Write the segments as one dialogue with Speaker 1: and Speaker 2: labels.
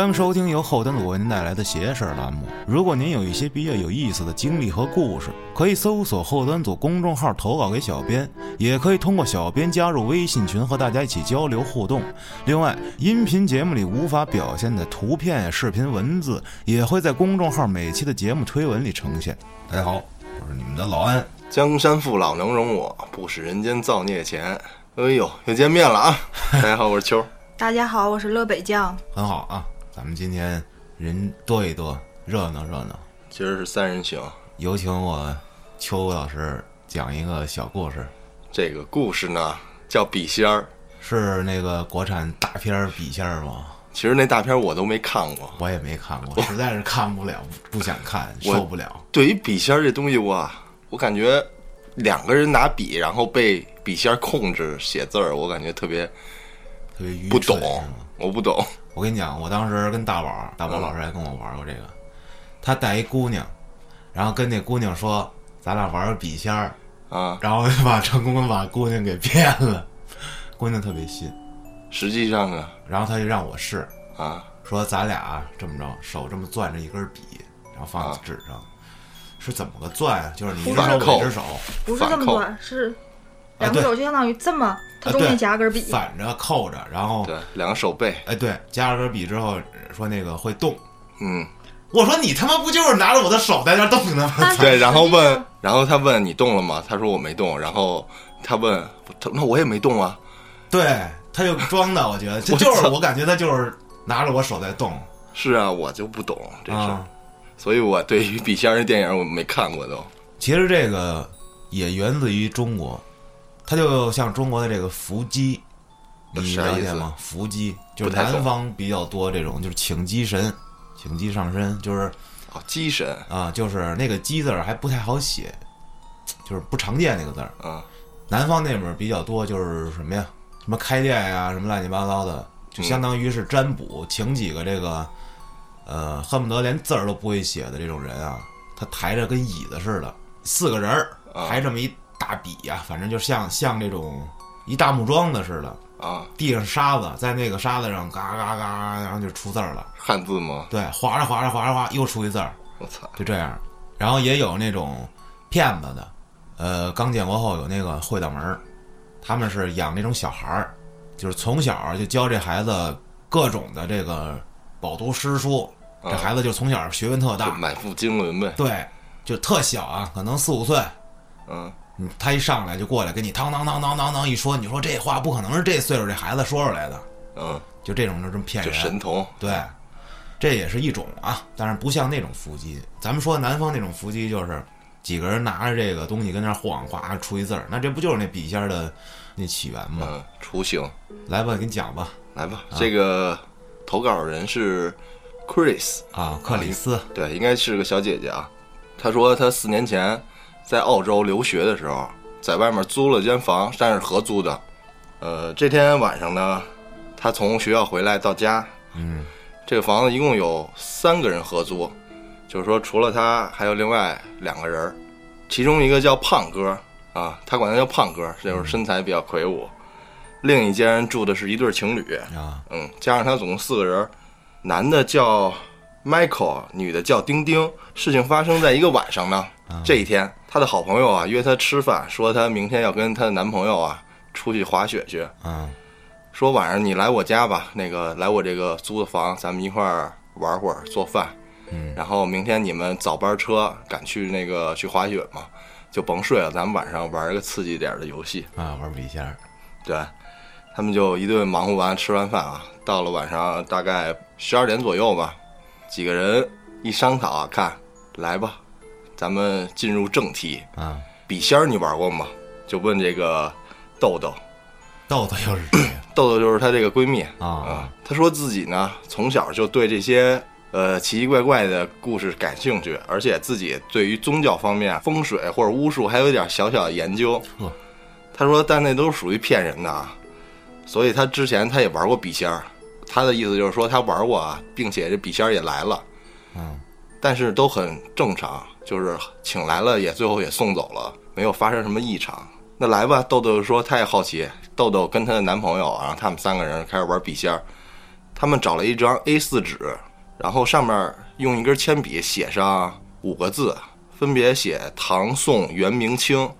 Speaker 1: 迎收听由后端组为您带来的“邪事儿”栏目。如果您有一些比较有意思的经历和故事，可以搜索后端组公众号投稿给小编，也可以通过小编加入微信群和大家一起交流互动。另外，音频节目里无法表现的图片、视频、文字，也会在公众号每期的节目推文里呈现。大家好，我是你们的老安。
Speaker 2: 江山父老能容我，不使人间造孽钱。哎呦，又见面了啊！ 大家好，我是秋儿。
Speaker 3: 大家好，我是乐北酱。
Speaker 1: 很好啊，咱们今天人多一多，热闹热闹。
Speaker 2: 今儿是三人行，
Speaker 1: 有请我邱老师讲一个小故事，
Speaker 2: 这个故事呢叫《笔仙儿》。
Speaker 1: 是那个国产大片儿笔仙儿吗？
Speaker 2: 其实那大片我都没看过。
Speaker 1: 我也没看过，实在是看不了，不想看，
Speaker 2: 我
Speaker 1: 受不了。
Speaker 2: 对于笔仙儿这东西，哇，我感觉两个人拿笔，然后被笔仙儿控制写字儿，我感觉特别
Speaker 1: 特别愚
Speaker 2: 不
Speaker 1: 蠢
Speaker 2: 懂
Speaker 1: 是吗，
Speaker 2: 我不懂。
Speaker 1: 我跟你讲，我当时跟大宝儿，大宝
Speaker 2: 嗯
Speaker 1: 老师还跟我玩过这个，他带一姑娘，然后跟那姑娘说：“咱俩玩笔仙儿。”
Speaker 2: 啊，
Speaker 1: 然后就把成功的把姑娘给骗了， 姑娘特别信，
Speaker 2: 实际上啊
Speaker 1: 然后他就让我试，
Speaker 2: 啊，
Speaker 1: 说咱俩这么着，手这么攥着一根笔，然后放
Speaker 2: 啊
Speaker 1: 在纸上，是怎么个攥啊？就是你一只
Speaker 2: 反
Speaker 1: 手
Speaker 2: 扣
Speaker 1: 一只手，
Speaker 3: 不是这么
Speaker 2: 反
Speaker 3: 短，是
Speaker 1: 啊
Speaker 3: 两
Speaker 1: 对
Speaker 3: 个手就相当于这么，它
Speaker 1: 啊
Speaker 3: 中
Speaker 1: 对
Speaker 3: 间夹根笔。
Speaker 1: 反着扣着，然后
Speaker 2: 对，两个手背，
Speaker 1: 哎对，加了根笔之后说那个会动，
Speaker 2: 嗯，
Speaker 1: 我说你他妈不就是拿着我的手在那儿动呢吗？
Speaker 3: 但
Speaker 2: 对，然后
Speaker 3: 实际
Speaker 2: 问
Speaker 3: 上，
Speaker 2: 然后他问你动了吗？他说我没动，然后他问他那我也没动啊，
Speaker 1: 对，他就装的，我觉得这
Speaker 2: 我
Speaker 1: 就是
Speaker 2: 操
Speaker 1: 我感觉他就是拿着我手在动
Speaker 2: 是啊，我就不懂这事儿，
Speaker 1: 啊。
Speaker 2: 所以我对于笔仙儿这电影我没看过都，哦
Speaker 1: 其实这个也源自于中国，它就像中国的这个伏击，你
Speaker 2: 啥
Speaker 1: 了
Speaker 2: 意
Speaker 1: 解
Speaker 2: 思
Speaker 1: 吗？伏击就是
Speaker 2: 不太懂
Speaker 1: 南方比较多这种，就是请鸡神，请鸡上身，就是
Speaker 2: 哦，鸡神
Speaker 1: 啊、就是那个鸡字儿还不太好写，就是不常见那个字儿。
Speaker 2: 啊，
Speaker 1: 南方那边儿比较多，就是什么呀，什么开店呀、什么乱七八糟的，就相当于是占卜，请几个这个，呃，恨不得连字儿都不会写的这种人啊，他抬着跟椅子似的，四个人儿
Speaker 2: 啊
Speaker 1: 抬这么一大笔呀、反正就像像这种一大木桩子似的，
Speaker 2: 啊，
Speaker 1: 地上沙子，在那个沙子上嘎嘎嘎，然后就出字儿了，
Speaker 2: 汉字吗？
Speaker 1: 对，划着划着划着划，又出一字儿，
Speaker 2: 我操，
Speaker 1: 就这样。然后也有那种骗子的，呃，刚建国后有那个会道门儿，他们是养那种小孩儿，就是从小就教这孩子各种的这个饱读诗书，这
Speaker 2: 啊
Speaker 1: 孩子就从小学问特
Speaker 2: 就
Speaker 1: 大，
Speaker 2: 满腹经纶呗，
Speaker 1: 对，就特小啊，可能四五岁，
Speaker 2: 嗯，
Speaker 1: 你他一上来就过来跟你当当当当当当一说，你说这话不可能是这岁数这孩子说出来的，
Speaker 2: 嗯，
Speaker 1: 就这种就这么骗
Speaker 2: 就
Speaker 1: 人，
Speaker 2: 神童，
Speaker 1: 对，这也是一种啊，但是不像那种伏击。咱们说南方那种伏击，就是几个人拿着这个东西跟那儿晃，哗出一字儿，那这不就是那笔仙儿的那起源吗？
Speaker 2: 嗯，雏形，
Speaker 1: 来吧，给你讲吧。
Speaker 2: 来吧，这个投稿人是 Chris，
Speaker 1: 啊，克里斯，
Speaker 2: 对，应该是个小姐姐啊。她说她四年前在澳洲留学的时候，在外面租了间房，但是合租的。呃，这天晚上呢，她从学校回来到家，
Speaker 1: 嗯，
Speaker 2: 这个房子一共有三个人合租，就是说除了她还有另外两个人儿，其中一个叫胖哥啊，她管他叫胖哥，就是身材比较魁梧。另一间住的是一对情侣，
Speaker 1: 啊，
Speaker 2: 嗯，加上他总共四个人儿，男的叫 Michael，女的叫丁丁。事情发生在一个晚上呢，
Speaker 1: 嗯啊
Speaker 2: 这一天，她的好朋友啊约她吃饭，说她明天要跟她的男朋友啊出去滑雪去，
Speaker 1: 嗯，
Speaker 2: 说晚上你来我家吧，那个来我这个租的房，咱们一块儿玩会儿做饭，嗯，然后明天你们早班车赶去那个去滑雪嘛，就甭睡了，咱们晚上玩一个刺激点儿的游戏。
Speaker 1: 啊，玩笔仙儿，
Speaker 2: 对，他们就一顿忙活完，吃完饭啊，到了晚上大概十二点左右吧，几个人一商讨啊，看来吧，咱们进入正题，
Speaker 1: 啊，
Speaker 2: 笔仙儿你玩过吗？就问这个豆豆，
Speaker 1: 豆豆又是 谁呀
Speaker 2: 豆豆就是她这个闺蜜
Speaker 1: 啊？
Speaker 2: 啊，她说自己呢从小就对这些。呃，奇奇怪怪的故事感兴趣，而且自己对于宗教方面、风水或者巫术还有一点小小的研究。
Speaker 1: 呵，
Speaker 2: 他说，但那都是属于骗人的，啊，所以他之前他也玩过笔仙儿，他的意思就是说他玩过啊，并且这笔仙儿也来了，
Speaker 1: 嗯，
Speaker 2: 但是都很正常，就是请来了也最后也送走了，没有发生什么异常。那来吧，豆豆说他也好奇，豆豆跟她的男朋友啊，然后他们三个人开始玩笔仙儿，他们找了一张 A4 纸，然后上面用一根铅笔写上五个字，分别写唐、宋、元、明、清，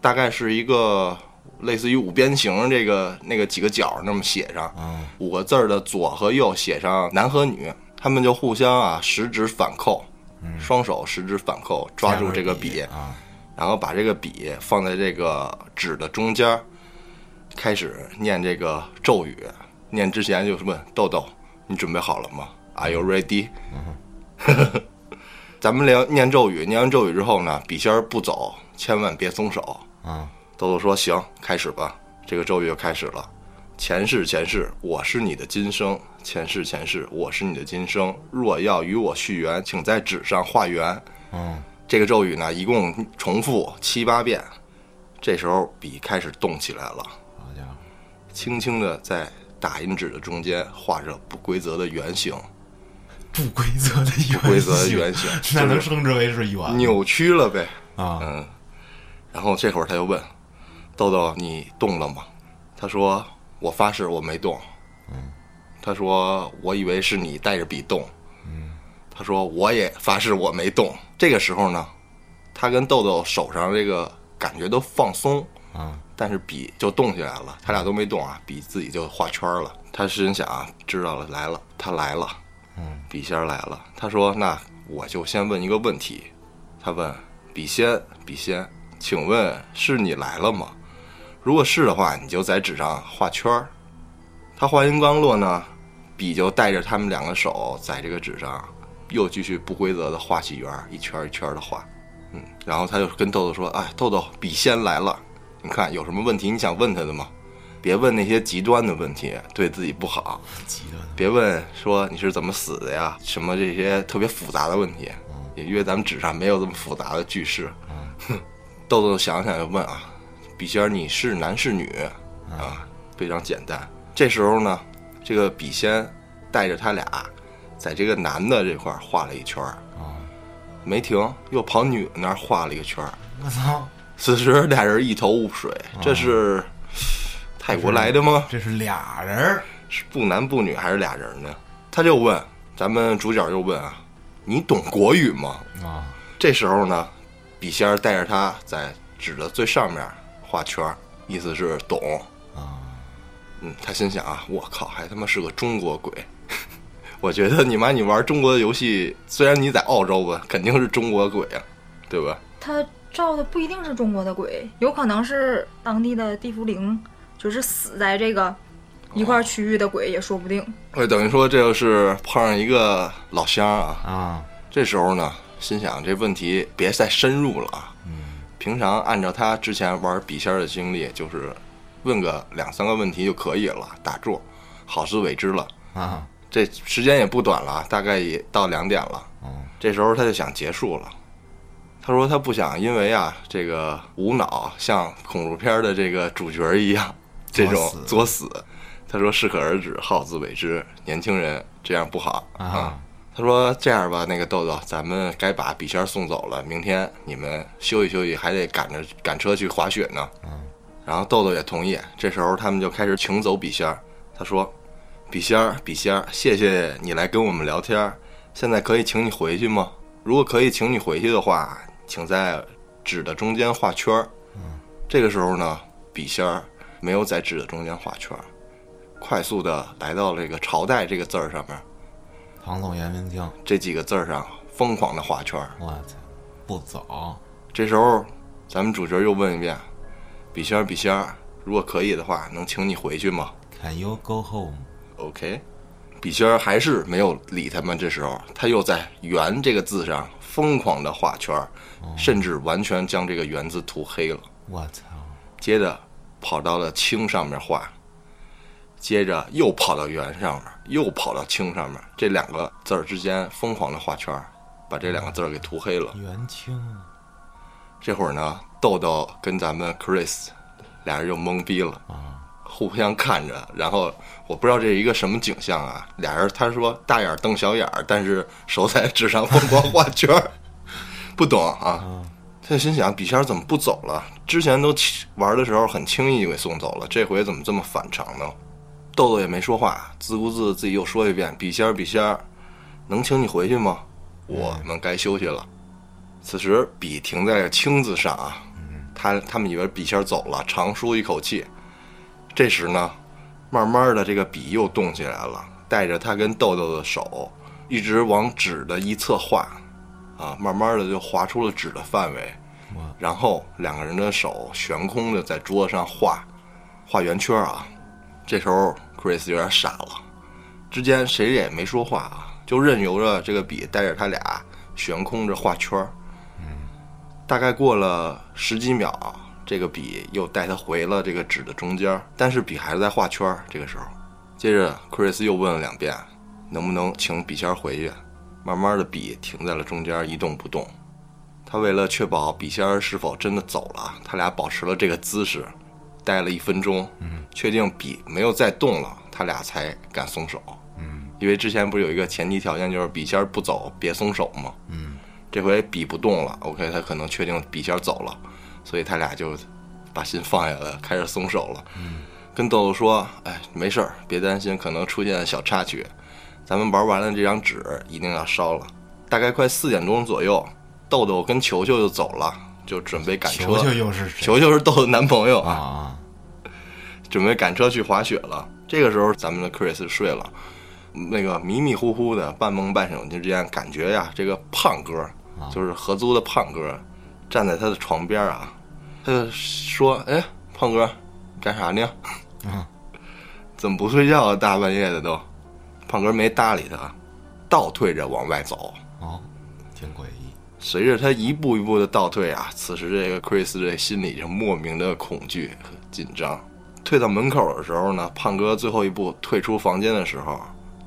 Speaker 2: 大概是一个类似于五边形这个那个几个角那么写上，
Speaker 1: 啊，
Speaker 2: 五个字儿的左和右写上男和女，他们就互相啊十指反扣，双手十指反扣抓住这个笔，
Speaker 1: 啊，
Speaker 2: 然后把这个笔放在这个纸的中间儿，开始念这个咒语。念之前就是问豆豆：“你准备好了吗？Are you ready？” 咱们聊念咒语，念完咒语之后呢，笔仙儿不走，千万别松手。
Speaker 1: 啊，
Speaker 2: 豆豆说：“行，开始吧。”这个咒语就开始了。前世前世，我是你的今生；前世前世，我是你的今生。若要与我续缘，请在纸上画圆。
Speaker 1: 嗯，
Speaker 2: 这个咒语呢，一共重复七八遍。这时候笔开始动起来了，
Speaker 1: 好家伙，
Speaker 2: 轻轻的在打印纸的中间画着不规则的圆形，
Speaker 1: 不规则的圆形，，
Speaker 2: 不规则的圆形
Speaker 1: 那
Speaker 2: 就
Speaker 1: 能
Speaker 2: 是
Speaker 1: 称之为是圆
Speaker 2: 扭曲了呗。
Speaker 1: 啊？
Speaker 2: 嗯，然后这会儿他又问：“豆豆，你动了吗？”他说：“我发誓我没动。”他说：“我以为是你带着笔动。”他说：“我也发誓我没动。”这个时候呢，他跟豆豆手上这个感觉都放松，
Speaker 1: 啊，
Speaker 2: 但是笔就动起来了，他俩都没动啊，笔自己就画圈了。他心想啊，知道了，来了，他来了，
Speaker 1: 嗯，
Speaker 2: 笔仙儿来了。他说：“那我就先问一个问题。”他问：“笔仙，笔仙，请问是你来了吗？如果是的话，你就在纸上画圈儿。”他话音刚落呢，笔就带着他们两个手在这个纸上又继续不规则的画起圆儿，一圈儿一圈的画。嗯，然后他就跟豆豆说：“哎，豆豆，笔仙来了，你看有什么问题你想问他的吗？别问那些极端的问题，对自己不好。
Speaker 1: 极端
Speaker 2: 别问说你是怎么死的呀，什么这些特别复杂的问题，也因为咱们纸上没有这么复杂的句式。嗯 豆豆想想就问啊，笔仙儿你是男是女啊？非常简单。这时候呢，这个笔仙带着他俩，在这个男的这块儿画了一圈儿，
Speaker 1: 啊！
Speaker 2: 没停，又跑女的那儿画了一个圈儿。
Speaker 1: 我操，
Speaker 2: 此时俩人一头雾水，嗯这是泰国来的吗？
Speaker 1: 这是俩人儿
Speaker 2: 是不男不女还是俩人呢？他就问，咱们主角就问啊，你懂国语吗？
Speaker 1: 啊，
Speaker 2: 这时候呢，笔仙儿带着他在纸的最上面画圈儿，意思是懂
Speaker 1: 啊。
Speaker 2: 嗯，他心想啊，我靠，还他妈是个中国鬼。 我觉得你妈你玩中国的游戏，虽然你在澳洲吧，肯定是中国鬼啊，对吧？
Speaker 3: 他照的不一定是中国的鬼，有可能是当地的地茯苓，就是死在这个一块区域的
Speaker 1: 哦
Speaker 3: 鬼也说不定。
Speaker 2: 我呃等于说这就是碰上一个老乡啊，
Speaker 1: 啊，
Speaker 2: 这时候呢，心想这问题别再深入了啊。平常按照他之前玩笔仙儿的经历，就是问个两三个问题就可以了，打住，好自为之了。
Speaker 1: 啊，
Speaker 2: 这时间也不短了啊，大概也到两点了。
Speaker 1: 嗯
Speaker 2: 这时候他就想结束了。他说他不想因为啊这个无脑像恐怖片儿的这个主角儿一样，这种
Speaker 1: 作死
Speaker 2: 作死。他说适可而止，好自为之，年轻人这样不好
Speaker 1: 啊
Speaker 2: 他说这样吧，那个豆豆，咱们该把笔仙儿送走了，明天你们休息休息，还得赶着赶车去滑雪呢。
Speaker 1: 嗯。
Speaker 2: 然后豆豆也同意。这时候他们就开始请走笔仙儿。他说：“笔仙儿，笔仙儿，谢谢你来跟我们聊天儿。现在可以请你回去吗？如果可以请你回去的话，请在纸的中间画圈儿。”这个时候呢，笔仙儿没有在纸的中间画圈儿，快速的来到这个“朝代”这个字儿上面，
Speaker 1: 唐宋元明清，
Speaker 2: 这几个字儿上疯狂的画圈儿。
Speaker 1: 我操，不走，
Speaker 2: 这时候，咱们主角又问一遍：“笔仙儿，笔仙儿，如果可以的话，能请你回去吗？”
Speaker 1: Can you go home？
Speaker 2: OK，笔仙儿还是没有理他们。这时候，他又在“圆”这个字上疯狂的画圈儿，甚至完全将这个“圆”字涂黑了。
Speaker 1: 我操，
Speaker 2: 接着跑到了“青”上面画，接着又跑到“圆”上面，又跑到“青”上面，这两个字儿之间疯狂的画圈儿，把这两个字儿给涂黑了。
Speaker 1: 元清
Speaker 2: 这会儿呢，豆豆跟咱们 Chris 俩人就懵逼了，互相看着，然后我不知道这是一个什么景象啊。俩人他说大眼瞪小眼儿，但是手在纸上疯狂画圈儿， 不懂啊。他就心想，笔仙儿怎么不走了？之前都起玩的时候很轻易给送走了，这回怎么这么反常呢？豆豆也没说话，自顾自自己又说一遍：“笔仙儿，笔仙儿，能请你回去吗？我们该休息了。”此时笔停在了“青”字上啊，他他们以为笔仙儿走了，长舒一口气。这时呢，慢慢的这个笔又动起来了，带着他跟豆豆的手，一直往纸的一侧画，啊，慢慢的就划出了纸的范围
Speaker 1: 哇，
Speaker 2: 然后两个人的手悬空的在桌子上画，画圆圈啊。这时候 Chris 有点傻了，之间谁也没说话啊，就任由着这个笔带着他俩悬空着画圈儿。大概过了十几秒，这个笔又带他回了这个纸的中间儿，但是笔还是在画圈儿。这个时候，接着 Chris 又问了两遍，能不能请笔仙儿回去？慢慢的，笔停在了中间儿一动不动。他为了确保笔仙儿是否真的走了，他俩保持了这个姿势，待了一分钟，确定笔没有再动了，他俩才敢松手。嗯，因为之前不是有一个前提条件，就是笔仙儿不走，别松手吗？
Speaker 1: 嗯
Speaker 2: 这回笔不动了，OK，他可能确定笔仙儿走了，所以他俩就把心放下了，开始松手了。
Speaker 1: 嗯
Speaker 2: 跟豆豆说：“哎，没事儿，别担心，可能出现小插曲，咱们玩完了这张纸一定要烧了。”大概快四点钟左右，豆豆跟球球就走了，就准备赶车。
Speaker 1: 球球又是谁
Speaker 2: 球球是豆豆男朋友
Speaker 1: 啊啊，
Speaker 2: 准备赶车去滑雪了。这个时候，咱们的 Chris 睡了，那个迷迷糊糊的、半梦半醒之间，感觉呀，这个胖哥，就是合租的胖哥，站在他的床边啊，他就说：“哎，胖哥，干啥呢？
Speaker 1: 嗯
Speaker 2: 怎么不睡觉啊？大半夜的都。”胖哥没搭理他，倒退着往外走。
Speaker 1: 哦，挺诡异。
Speaker 2: 随着他一步一步的倒退啊，此时这个 Chris 这心里就莫名的恐惧和紧张。退到门口的时候呢，胖哥最后一步退出房间的时候，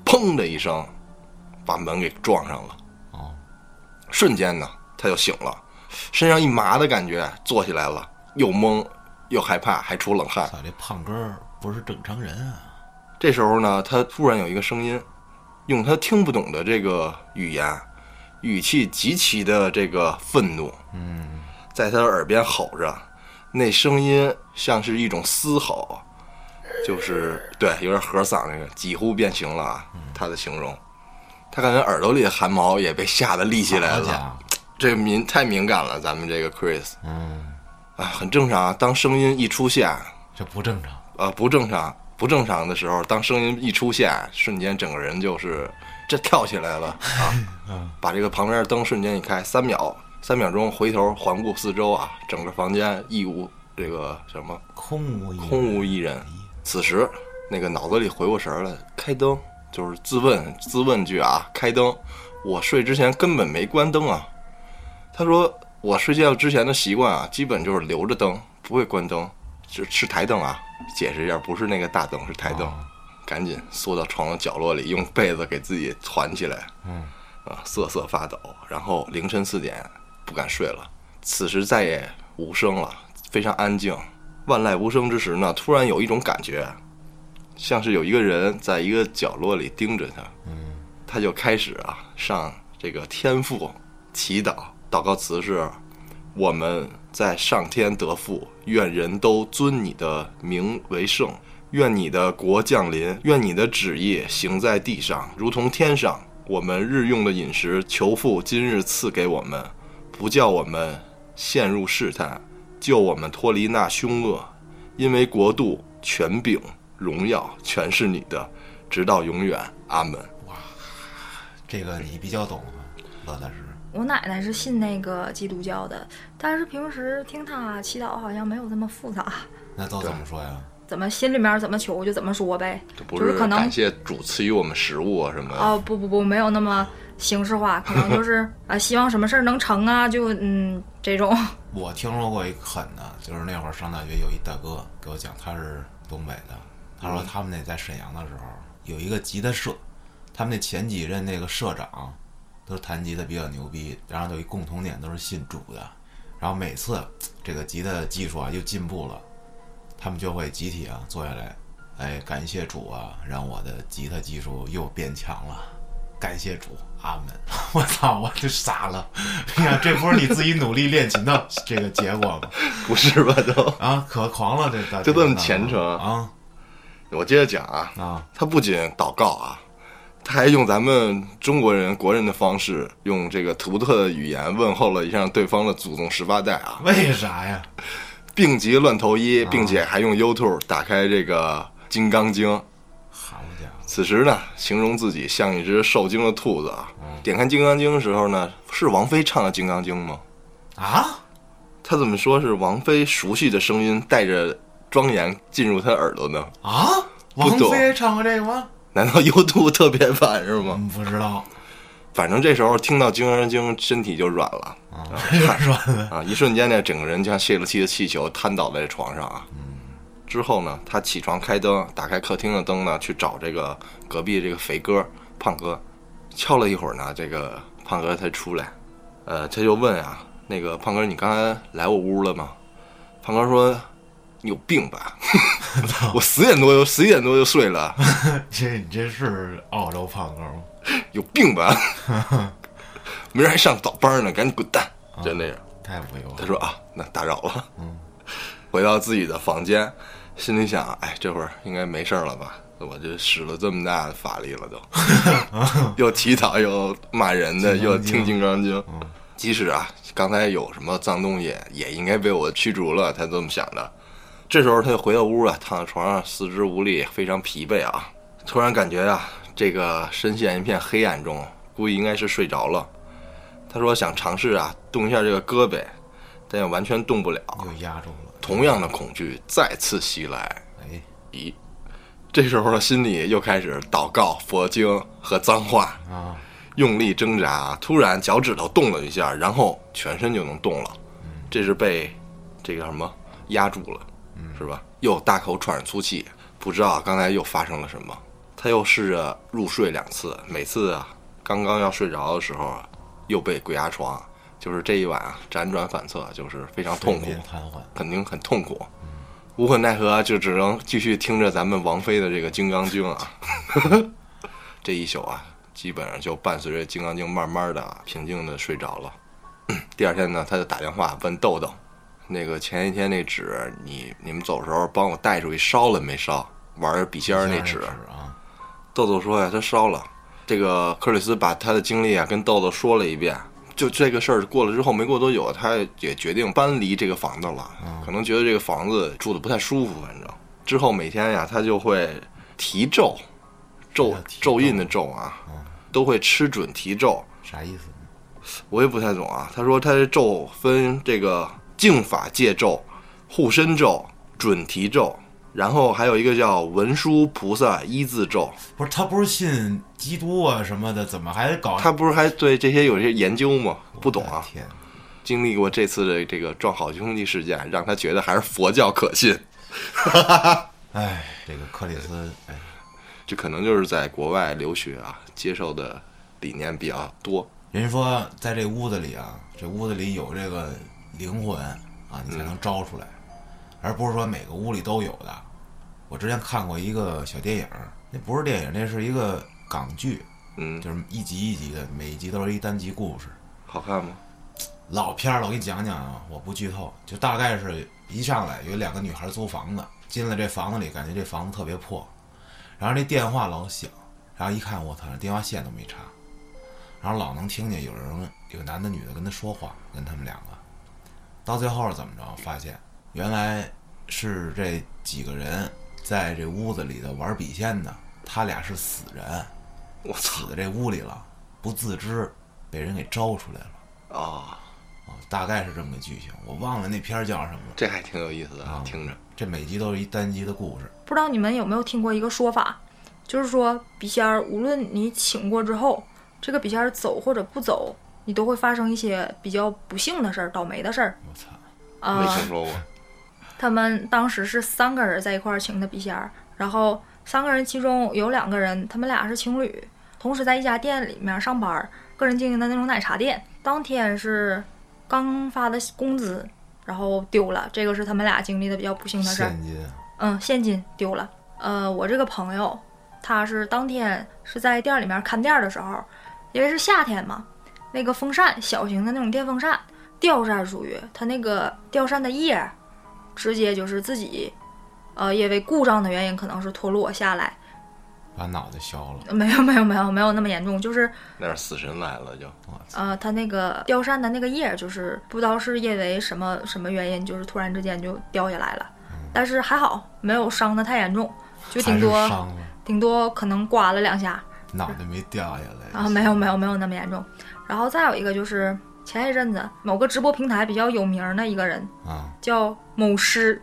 Speaker 2: 砰的一声，把门给撞上了。
Speaker 1: 哦，
Speaker 2: 瞬间呢，他就醒了，身上一麻的感觉，坐起来了，又懵又害怕，还出冷汗。
Speaker 1: 操，这胖哥儿不是正常人啊！
Speaker 2: 这时候呢，他突然有一个声音，用他听不懂的这个语言，语气极其的这个愤怒，嗯，在他耳边吼着，那声音像是一种嘶吼，就是对，有点和嗓那个，几乎变形了啊，
Speaker 1: 嗯
Speaker 2: 他的形容，他感觉耳朵里的汗毛也被吓得立起来
Speaker 1: 好
Speaker 2: 了，
Speaker 1: 家伙，
Speaker 2: 这敏太敏感了，咱们这个 Chris
Speaker 1: 嗯，
Speaker 2: 啊，很正常啊，当声音一出现，
Speaker 1: 这不正常。
Speaker 2: 呃不正常不正常的时候，当声音一出现，瞬间整个人就是这跳起来了啊！把这个旁边的灯瞬间一开，三秒三秒钟回头环顾四周啊，整个房间一无这个什么
Speaker 1: 空无一人
Speaker 2: 空无一人。此时那个脑子里回过神儿来，开灯就是自问自问句啊，开灯。我睡之前根本没关灯啊。他说我睡觉之前的习惯啊，基本就是留着灯，不会关灯，是是台灯啊。解释一下，不是那个大灯，是台灯。赶紧缩到床的角落里，用被子给自己团起来。
Speaker 1: 嗯，
Speaker 2: 啊，瑟瑟发抖。然后凌晨四点不敢睡了。此时再也无声了，非常安静。万籁无声之时呢，突然有一种感觉，像是有一个人在一个角落里盯着他。他就开始啊上这个天父祈祷，祷告词是：我们在上天得父，愿人都尊你的名为圣，愿你的国降临，愿你的旨意行在地上，如同天上。我们日用的饮食，求父今日赐给我们，不叫我们陷入试探，救我们脱离那凶恶，因为国度、权柄、荣耀全是你的，直到永远。阿门。
Speaker 1: 这个你比较懂啊，乐大师。
Speaker 3: 我奶奶是信那个基督教的，但是平时听她祈祷好像没有这么复杂，
Speaker 1: 那都怎么说呀？
Speaker 3: 怎么心里面怎么求就怎么说呗，
Speaker 2: 这不
Speaker 3: 就是
Speaker 2: 是
Speaker 3: 可能
Speaker 2: 感谢主赐予我们食物啊什么的。
Speaker 3: 哦不不不没有那么形式化，可能就是 啊希望什么事儿能成啊，就嗯这种
Speaker 1: 我听说过一个狠的，就是那会儿上大学有一大哥给我讲，他是东北的，他说他们那在沈阳的时候有一个吉他社，他们那前几任那个社长都是弹吉他比较牛逼，然后有一共同点都是信主的，然后每次这个吉他技术啊又进步了，他们就会集体啊坐下来，哎感谢主啊，让我的吉他技术又变强了。感谢主，阿门！我操，我就傻了。哎 呀，这不是你自己努力练琴的这个结果吗？
Speaker 2: 不是吧？都
Speaker 1: 啊，可狂了，这大
Speaker 2: 就这么虔诚
Speaker 1: 啊！
Speaker 2: 我接着讲啊，
Speaker 1: 啊，
Speaker 2: 他不仅祷告啊，他还用咱们中国人国人的方式，用这个图特的语言问候了一下对方的祖宗十八代啊，
Speaker 1: 为啥呀？
Speaker 2: 病急乱投医，并且还用 YouTube 打开这个《金刚经》。
Speaker 1: 好家伙，
Speaker 2: 此时呢，形容自己像一只受惊的兔子啊。点开《金刚经》的时候呢，是王菲唱的《金刚经》吗？
Speaker 1: 啊，
Speaker 2: 他怎么说是王菲熟悉的声音带着庄严进入他耳朵呢？
Speaker 1: 啊，
Speaker 2: 不
Speaker 1: 王
Speaker 2: 懂
Speaker 1: 菲唱过这个吗？
Speaker 2: 难道 YouTube 特别版是吗？
Speaker 1: 嗯，不知道，
Speaker 2: 反正这时候听到《金刚经》，身体就软了
Speaker 1: 这啊说的
Speaker 2: 啊！一瞬间呢，整个人就像泄了气的气球，瘫倒在床上啊。之后呢，他起床开灯，打开客厅的灯呢，去找这个隔壁这个肥哥胖哥，敲了一会儿呢，这个胖哥才出来。呃，他就问啊，那个胖哥，你刚才来我屋了吗？胖哥说：“你有病吧？ 我十点多就十一点多就睡了，
Speaker 1: 这你这是澳洲胖哥吗？
Speaker 2: 有病吧？ 明儿还上早班呢，赶紧滚蛋！”就那样。
Speaker 1: 太不友
Speaker 2: 他
Speaker 1: 好，
Speaker 2: 说啊，那打扰了。 嗯，回到自己的房间，心里想，哎，这会儿应该没事儿了吧？我这使了这么大的法力了都， 又祈祷又骂人 的，又听《金刚经》啊即使啊，刚才有什么脏东西，也应该被我驱逐了。他这么想的。这时候他就回到屋啊，躺在床上，四肢无力，非常疲惫啊。突然感觉啊，这个深陷一片黑暗中，估计应该是睡着了。他说想尝试啊，动一下这个胳膊，但也完全动不了。
Speaker 1: 又压住了。
Speaker 2: 同样的恐惧再次袭来。
Speaker 1: 哎，
Speaker 2: 咦，这时候心里又开始祷告、佛经和脏话，
Speaker 1: 啊，
Speaker 2: 用力挣扎。突然脚趾头动了一下，然后全身就能动了。这是被这个什么压住了，是吧？又大口喘着粗气，不知道刚才又发生了什么。他又试着入睡两次，每次啊，刚刚要睡着的时候啊，又被鬼压床。就是这一晚啊，辗转反侧，就是非常痛苦
Speaker 1: 睡。眠瘫痪，
Speaker 2: 肯定很痛苦，无可奈何啊，就只能继续听着咱们王菲的这个《金刚经》啊。 这一宿啊，基本上就伴随着《金刚经》慢慢的平静的睡着了。 第二天呢，他就打电话问豆豆，那个前一天那纸，你你们走的时候帮我带出去烧了没烧？玩笔仙儿那纸，
Speaker 1: 啊，
Speaker 2: 豆豆说呀，他烧了。这个克里斯把他的经历啊跟豆豆说了一遍。就这个事儿过了之后，没过多久，他也决定搬离这个房子了。可能觉得这个房子住的不太舒服，反正之后每天呀，他就会提咒，咒
Speaker 1: 要提
Speaker 2: 咒
Speaker 1: 咒
Speaker 2: 印的咒啊，都会吃准提咒。
Speaker 1: 啥意思呢？
Speaker 2: 我也不太懂啊。他说他这咒分这个净法界咒、护身咒、准提咒，然后还有一个叫文殊菩萨一字咒。
Speaker 1: 不是他不是信基督啊什么的，怎么还搞
Speaker 2: 他不是还对这些有些研究吗？不懂
Speaker 1: 我的
Speaker 2: 啊！
Speaker 1: 天，
Speaker 2: 经历过这次的这个撞好兄弟事件，让他觉得还是佛教可信。
Speaker 1: 哎，这个克里斯，哎，
Speaker 2: 这可能就是在国外留学啊，接受的理念比较多。
Speaker 1: 人说在这屋子里啊，这屋子里有这个灵魂啊，你才能招出来，而不是说每个屋里都有的。我之前看过一个小电影儿，那不是电影，那是一个港剧，
Speaker 2: 嗯，
Speaker 1: 就是一集一集的，每一集都是一单集故事。
Speaker 2: 好看吗？
Speaker 1: 老片儿了，我给你讲讲啊，我不剧透，就大概是一上来有两个女孩租房子，进了这房子里，感觉这房子特别破，然后这电话老响，然后一看我操，电话线都没插，然后老能听见有人有男的女的跟他说话，跟他们两个，到最后是怎么着？发现原来是这几个人在这屋子里头玩笔仙呢，他俩是死人，
Speaker 2: 我操
Speaker 1: 死在这屋里了，不自知被人给招出来了。
Speaker 2: 啊，
Speaker 1: 啊，大概是这么个剧情，我忘了那片儿叫什么了。
Speaker 2: 这还挺有意思的，啊，听着。
Speaker 1: 这每集都是一单集的故事，
Speaker 3: 不知道你们有没有听过一个说法，就是说笔仙儿，无论你请过之后，这个笔仙儿走或者不走，你都会发生一些比较不幸的事儿、倒霉的事儿
Speaker 1: 我操，
Speaker 3: 啊。
Speaker 2: 没听说过，
Speaker 3: 他们当时是三个人在一块儿请的笔仙儿，然后三个人其中有两个人，他们俩是情侣，同时在一家店里面上班儿，个人经营的那种奶茶店。当天是刚发的工资，然后丢了，这个是他们俩经历的比较不幸的事儿。
Speaker 1: 现金啊，
Speaker 3: 嗯，现金丢了。呃，我这个朋友，他是当天是在店里面看店儿的时候，因为是夏天嘛，那个风扇，小型的那种电风扇，吊扇属于，它那个吊扇的叶儿，直接就是自己呃，因为故障的原因可能是脱落下来，
Speaker 1: 把脑袋削了。
Speaker 3: 没有没有没有没有那么严重，就是
Speaker 2: 那是死神来了就，
Speaker 3: 呃，它那个吊扇的那个叶儿，就是不知道是因为什么什么原因，就是突然之间就掉下来了，
Speaker 1: 嗯
Speaker 3: 但是还好没有伤的太严重，就
Speaker 1: 还
Speaker 3: 顶
Speaker 1: 是
Speaker 3: 多
Speaker 1: 伤了，
Speaker 3: 顶多可能刮了两下
Speaker 1: 脑袋没掉下来
Speaker 3: 啊，没有没有没有那么严重。然后再有一个就是前一阵子某个直播平台比较有名儿的一个人
Speaker 1: 啊，
Speaker 3: 叫某师，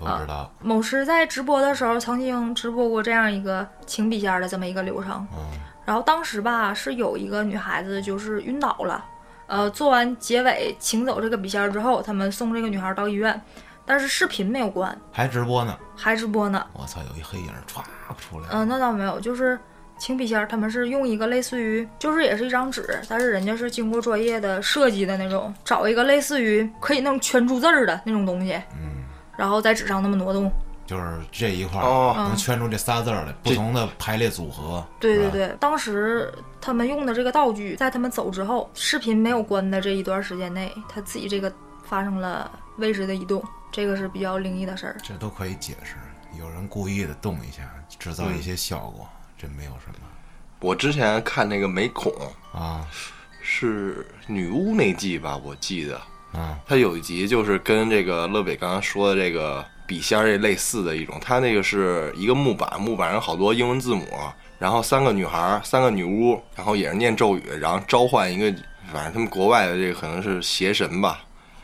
Speaker 1: 不知道，
Speaker 3: 某师在直播的时候曾经直播过这样一个请笔尖儿的这么一个流程，
Speaker 1: 嗯
Speaker 3: 然后当时吧是有一个女孩子就是晕倒了，呃，做完结尾请走这个笔仙儿之后，他们送这个女孩到医院，但是视频没有关，
Speaker 1: 还直播呢，
Speaker 3: 还直播呢。
Speaker 1: 我操，有一黑影儿歘出来了，
Speaker 3: 嗯、那倒没有，就是请笔仙儿，他们是用一个类似于，就是也是一张纸，但是人家是经过专业的设计的那种，找一个类似于可以那种圈出字儿的那种东西，
Speaker 1: 嗯，
Speaker 3: 然后在纸上那么挪动。
Speaker 1: 就是这一块儿
Speaker 2: 哦
Speaker 1: 能圈出这仨字儿来，不同的排列组合，
Speaker 3: 嗯对对
Speaker 1: 是吧，
Speaker 3: 对，当时他们用的这个道具，在他们走之后，视频没有关的这一段时间内，他自己这个发生了位置的移动，这个是比较灵异的事儿。
Speaker 1: 这都可以解释。有人故意的动一下，制造一些效果，这没有什么
Speaker 2: 我之前看那个美恐
Speaker 1: 啊
Speaker 2: 是女巫那季吧，我记得
Speaker 1: 啊
Speaker 2: 它有一集就是跟这个乐北刚刚说的这个笔仙儿这类似的一种，它那个是一个木板，木板上好多英文字母，然后三个女孩儿，三个女巫，然后也是念咒语，然后召唤一个，反正他们国外的这个可能是邪神吧，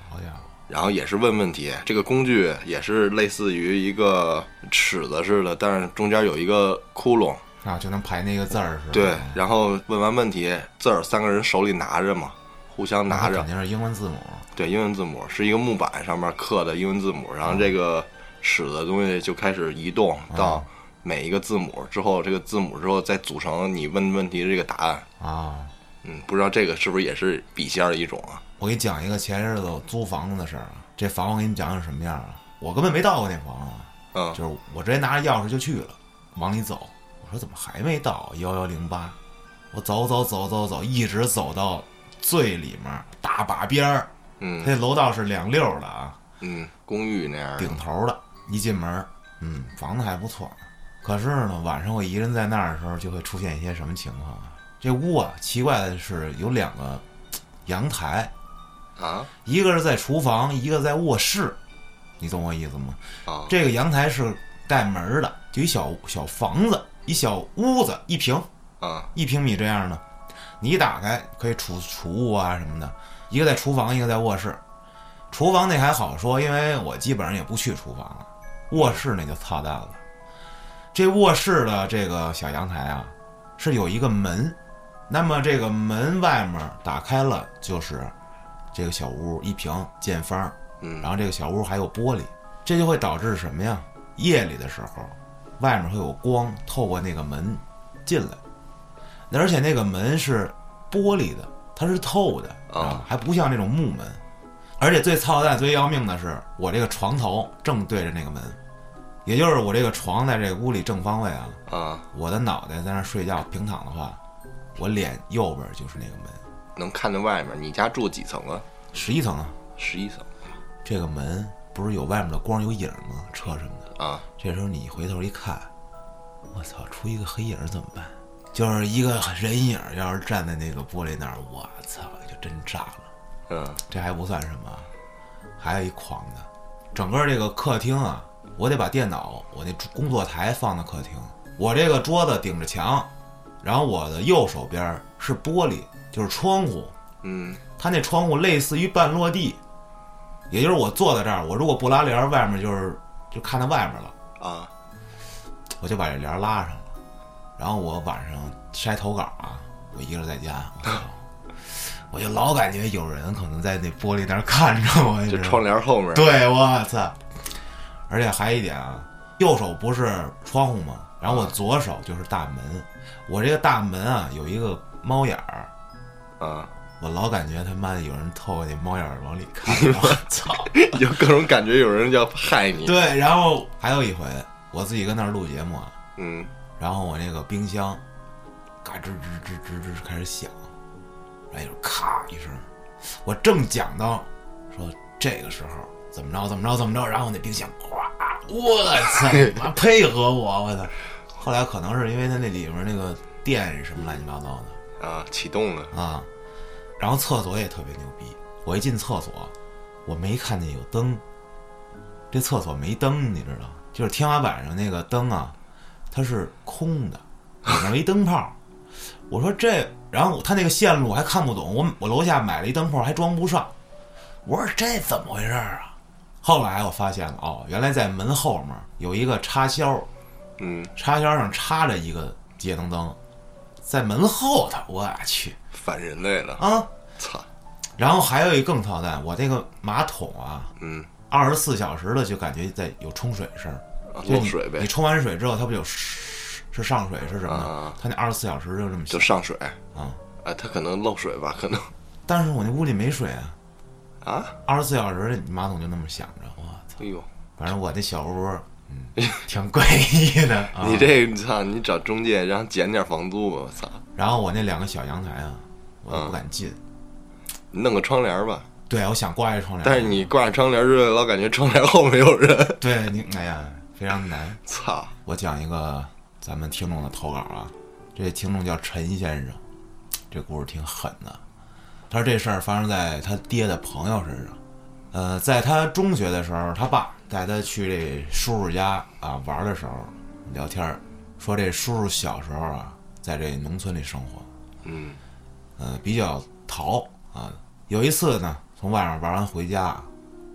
Speaker 1: 好家伙，
Speaker 2: 然后也是问问题，这个工具也是类似于一个尺子似的，但是中间有一个窟窿，
Speaker 1: 那就能排那个字儿是吧？
Speaker 2: 对，然后问完问题，字儿三个人手里拿着嘛，互相
Speaker 1: 那
Speaker 2: 拿着
Speaker 1: 肯，定是英文字母，
Speaker 2: 对，英文字母是一个木板上面刻的英文字母，
Speaker 1: 嗯
Speaker 2: 然后这个尺的东西就开始移动到每一个字母之后，这个字母之后再组成你问问题的这个答案。
Speaker 1: 啊。
Speaker 2: 嗯，不知道这个是不是也是笔仙儿的一种啊？
Speaker 1: 我给你讲一个前日子我租房子的事儿啊，这房我给你讲讲什么样啊？我根本没到过那房啊，
Speaker 2: 嗯
Speaker 1: 就是我直接拿着钥匙就去了，往里走。我说怎么还没到幺幺零八？我走走走走走，一直走到最里面大把边儿，它
Speaker 2: 嗯
Speaker 1: 那楼道是两溜儿的啊，
Speaker 2: 嗯，公寓那样的
Speaker 1: 顶头的。一进门，嗯，房子还不错。可是呢，晚上我一个人在那儿的时候，就会出现一些什么情况啊？这屋啊，奇怪的是有两个嘖阳台，
Speaker 2: 啊
Speaker 1: 一个是在厨房，一个在卧室，你懂我意思吗？
Speaker 2: 啊，
Speaker 1: 这个阳台是带门儿的，就一小小房子，一小屋子，一平
Speaker 2: 啊
Speaker 1: 一平米这样的。你一打开可以储储物啊什么的，一个在厨房，一个在卧室。厨房那还好说，因为我基本上也不去厨房了。卧室那就操蛋了。这卧室的这个小阳台啊，是有一个门，那么这个门外面打开了就是这个小屋一平见方儿，
Speaker 2: 嗯
Speaker 1: 然后这个小屋还有玻璃，这就会导致什么呀？夜里的时候，外面会有光透过那个门进来，那而且那个门是玻璃的，它是透的
Speaker 2: 啊，
Speaker 1: 还不像那种木门。而且最操蛋、最要命的是，我这个床头正对着那个门，也就是我这个床在这个屋里正方位啊。
Speaker 2: 啊，
Speaker 1: 我的脑袋在那儿睡觉平躺的话，我脸右边就是那个门，
Speaker 2: 能看见外面。你家住几层啊？
Speaker 1: 十一层啊。
Speaker 2: 十一层
Speaker 1: 这个门不是有外面的光有影儿吗？车什么的。
Speaker 2: 啊
Speaker 1: 这时候你回头一看，我操，出一个黑影儿怎么办？就是一个人影儿，要是站在那个玻璃那儿，我操，就真炸了。
Speaker 2: 嗯
Speaker 1: 这还不算什么，还有一狂的，整个这个客厅啊，我得把电脑我那工作台放在客厅，我这个桌子顶着墙，然后我的右手边儿是玻璃，就是窗户，
Speaker 2: 嗯
Speaker 1: 它那窗户类似于半落地，也就是我坐在这儿，我如果不拉帘儿，外面就是就看到外面了。
Speaker 2: 啊
Speaker 1: 我就把这帘儿拉上了。然后我晚上筛投稿啊，我一个人在家，我操我就老感觉有人可能在那玻璃那儿看着我，你知
Speaker 2: 就
Speaker 1: 道吗
Speaker 2: 窗帘后面。
Speaker 1: 对，我操！而且还一点啊，右手不是窗户吗？然后我左手就是大门，我这个大门啊有一个猫眼儿，
Speaker 2: 啊，
Speaker 1: 我老感觉他妈的有人透过那猫眼儿往里看，我操！
Speaker 2: 有各种感觉，有人要害你。
Speaker 1: 对，然后还有一回我自己跟那儿录节目啊，
Speaker 2: 嗯
Speaker 1: 然后我那个冰箱，嘎吱吱吱吱吱开始响，然后就咔一声，我正讲到说这个时候怎么着怎么着怎么着，然后那冰箱哗我操，妈配合我，我操！后来可能是因为他那里面那个电什么乱七八糟
Speaker 2: 啊，启动了，
Speaker 1: 的啊，然后厕所也特别牛逼。我一进厕所，我没看见有灯，这厕所没灯，你知道，就是天花板上那个灯啊，它是空的，里面没灯泡。我说这，然后他那个线路我还看不懂，我我楼下买了一灯泡还装不上，我说这怎么回事儿啊？后来我发现了，哦，原来在门后面有一个插销，
Speaker 2: 嗯，
Speaker 1: 插销上插着一个节能灯，在门后头，我去
Speaker 2: 反人类了，
Speaker 1: 啊！
Speaker 2: 操，
Speaker 1: 然后还有一更操蛋，我这个马桶啊，
Speaker 2: 嗯，
Speaker 1: 二十四小时的就感觉在有冲水声，
Speaker 2: 啊
Speaker 1: 就
Speaker 2: 漏
Speaker 1: 你
Speaker 2: 水呗
Speaker 1: 你，冲完水之后，它不有是是上水是什么的
Speaker 2: 啊？
Speaker 1: 它那二十四小时就这么
Speaker 2: 就
Speaker 1: 响。
Speaker 2: 上水
Speaker 1: 啊，
Speaker 2: 啊，它可能漏水吧，可能
Speaker 1: 但是我那屋里没水啊，
Speaker 2: 啊，
Speaker 1: 二十四小时你马桶就那么响着，我操！
Speaker 2: 哎呦，
Speaker 1: 反正我那小屋，嗯，挺诡异 的。啊、
Speaker 2: 你这你操，你找中介让他减点房租吧，我操，
Speaker 1: 然后我那两个小阳台啊，我都不敢进。
Speaker 2: 嗯你弄个窗帘吧，
Speaker 1: 对，我想挂一窗帘，
Speaker 2: 但是你挂上窗帘就老感觉窗帘后面有人，
Speaker 1: 对你，哎呀，非常难。
Speaker 2: 操，
Speaker 1: 我讲一个咱们听众的投稿啊，这听众叫陈先生，这故事挺狠的。他说这事儿发生在他爹的朋友身上，呃，在他中学的时候，他爸带他去这叔叔家啊玩的时候聊天儿，说这叔叔小时候啊在这农村里生活，
Speaker 2: 嗯
Speaker 1: 呃，比较淘啊。有一次呢，从外面玩完回家，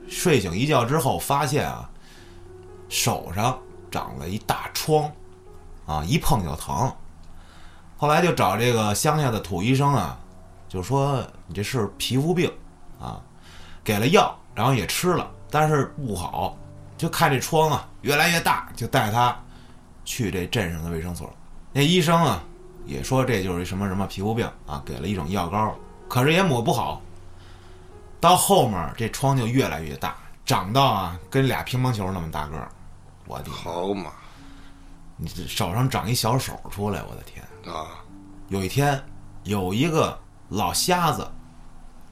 Speaker 1: 睡醒一觉之后，发现啊，手上长了一大疮，啊，一碰就疼。后来就找这个乡下的土医生啊，就说你这是皮肤病啊，给了药，然后也吃了，但是不好，就看这疮啊越来越大，就带他去这镇上的卫生所。那医生啊也说这就是什么什么皮肤病啊，给了一种药膏，可是也抹不好。到后面这疮就越来越大，长到啊跟俩乒乓球那么大个儿，我的妈
Speaker 2: 好嘛
Speaker 1: 你这手上长一小手出来，我的天！
Speaker 2: 啊，
Speaker 1: 有一天，有一个老瞎子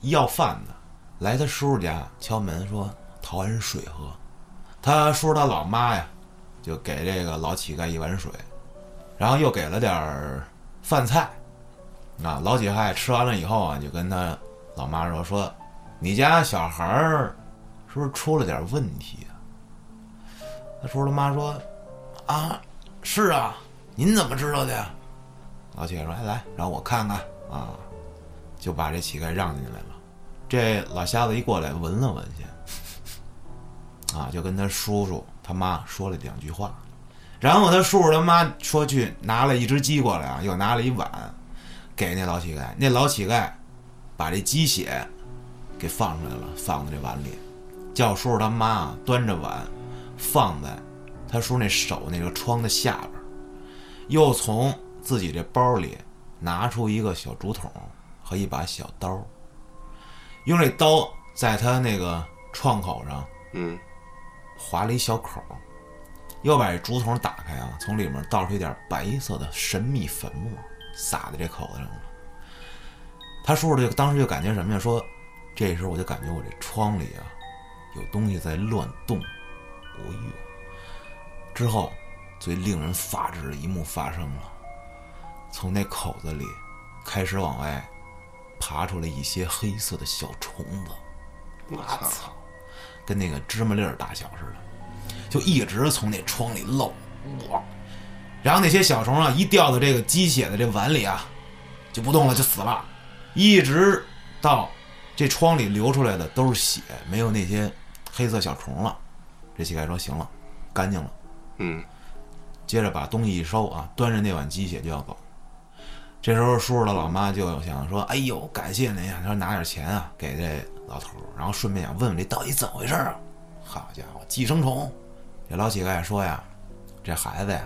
Speaker 1: 要饭的来他叔叔家敲门说讨碗水喝，他叔叔他老妈呀就给这个老乞丐一碗水，然后又给了点儿饭菜。啊，老乞丐吃完了以后啊，就跟他老妈说说，你家小孩儿是不是出了点问题啊？他叔叔他妈说啊，是啊，您怎么知道的呀？老乞丐说：“哎，来，让我看看啊！”就把这乞丐让进来了。这老瞎子一过来，闻了闻先，啊，就跟他叔叔他妈说了两句话，然后他叔叔他妈说去拿了一只鸡过来啊，又拿了一碗给那老乞丐。那老乞丐把这鸡血给放出来了，放在这碗里，叫叔叔他妈啊端着碗放在他叔那手那个窗的下边儿。又从自己这包里拿出一个小竹筒和一把小刀，用这刀在他那个创口上
Speaker 2: 嗯，
Speaker 1: 划了一小口，又把这竹筒打开啊，从里面倒出一点白色的神秘粉末，撒在这口子上了。他叔叔就当时就感觉什么呀？说这时候我就感觉我这窗里啊有东西在乱动，哦呦！之后最令人发指的一幕发生了，从那口子里开始往外爬出来一些黑色的小虫子。
Speaker 2: 我操，
Speaker 1: 跟那个芝麻粒儿大小似的，就一直从那窗里漏，哇！然后那些小虫啊，一掉到这个鸡血的这碗里啊，就不动了，就死了，一直到这窗里流出来的都是血，没有那些黑色小虫了。这乞丐说：“行了，干净了。”
Speaker 2: 嗯，
Speaker 1: 接着把东西一收啊，端着那碗鸡血就要走。这时候叔叔的老妈就想说：“哎呦，感谢您啊！”他说拿点钱啊给这老头儿，然后顺便想问问这到底怎么回事儿啊？好家伙，寄生虫！这老乞丐说呀：“这孩子呀，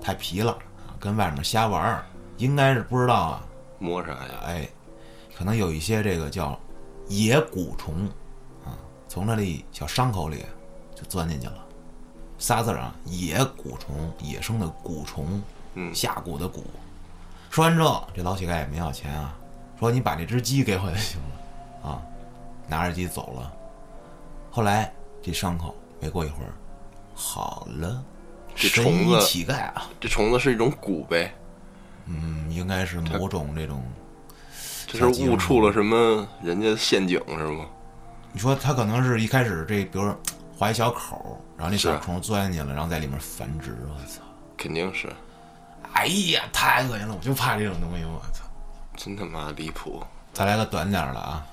Speaker 1: 太皮了，跟外面瞎玩儿，应该是不知道啊，
Speaker 2: 摸啥呀？
Speaker 1: 哎，可能有一些这个叫野蛊虫啊，从这里小伤口里就钻进去了。仨字儿啊，野蛊虫，野生的蛊虫，
Speaker 2: 嗯
Speaker 1: 下蛊的蛊。说完之后，这老乞丐也没要钱啊，说你把那只鸡给我就行了啊，拿着鸡走了。后来这伤口没过一会儿好了，
Speaker 2: 这
Speaker 1: 神
Speaker 2: 虫
Speaker 1: 医
Speaker 2: 子
Speaker 1: 乞丐啊，
Speaker 2: 这虫子是一种蛊呗，
Speaker 1: 嗯，应该是某种这种。
Speaker 2: 这是误触了什么人家的陷阱是吗？
Speaker 1: 你说他可能是一开始这，比如说划一小口儿，然后那小
Speaker 2: 是
Speaker 1: 虫钻进去了，然后在里面繁殖。我操！
Speaker 2: 肯定是，
Speaker 1: 哎呀，太恶心了，我就怕这种东西。我操！
Speaker 2: 真他妈离谱。
Speaker 1: 再来个短点儿的啊，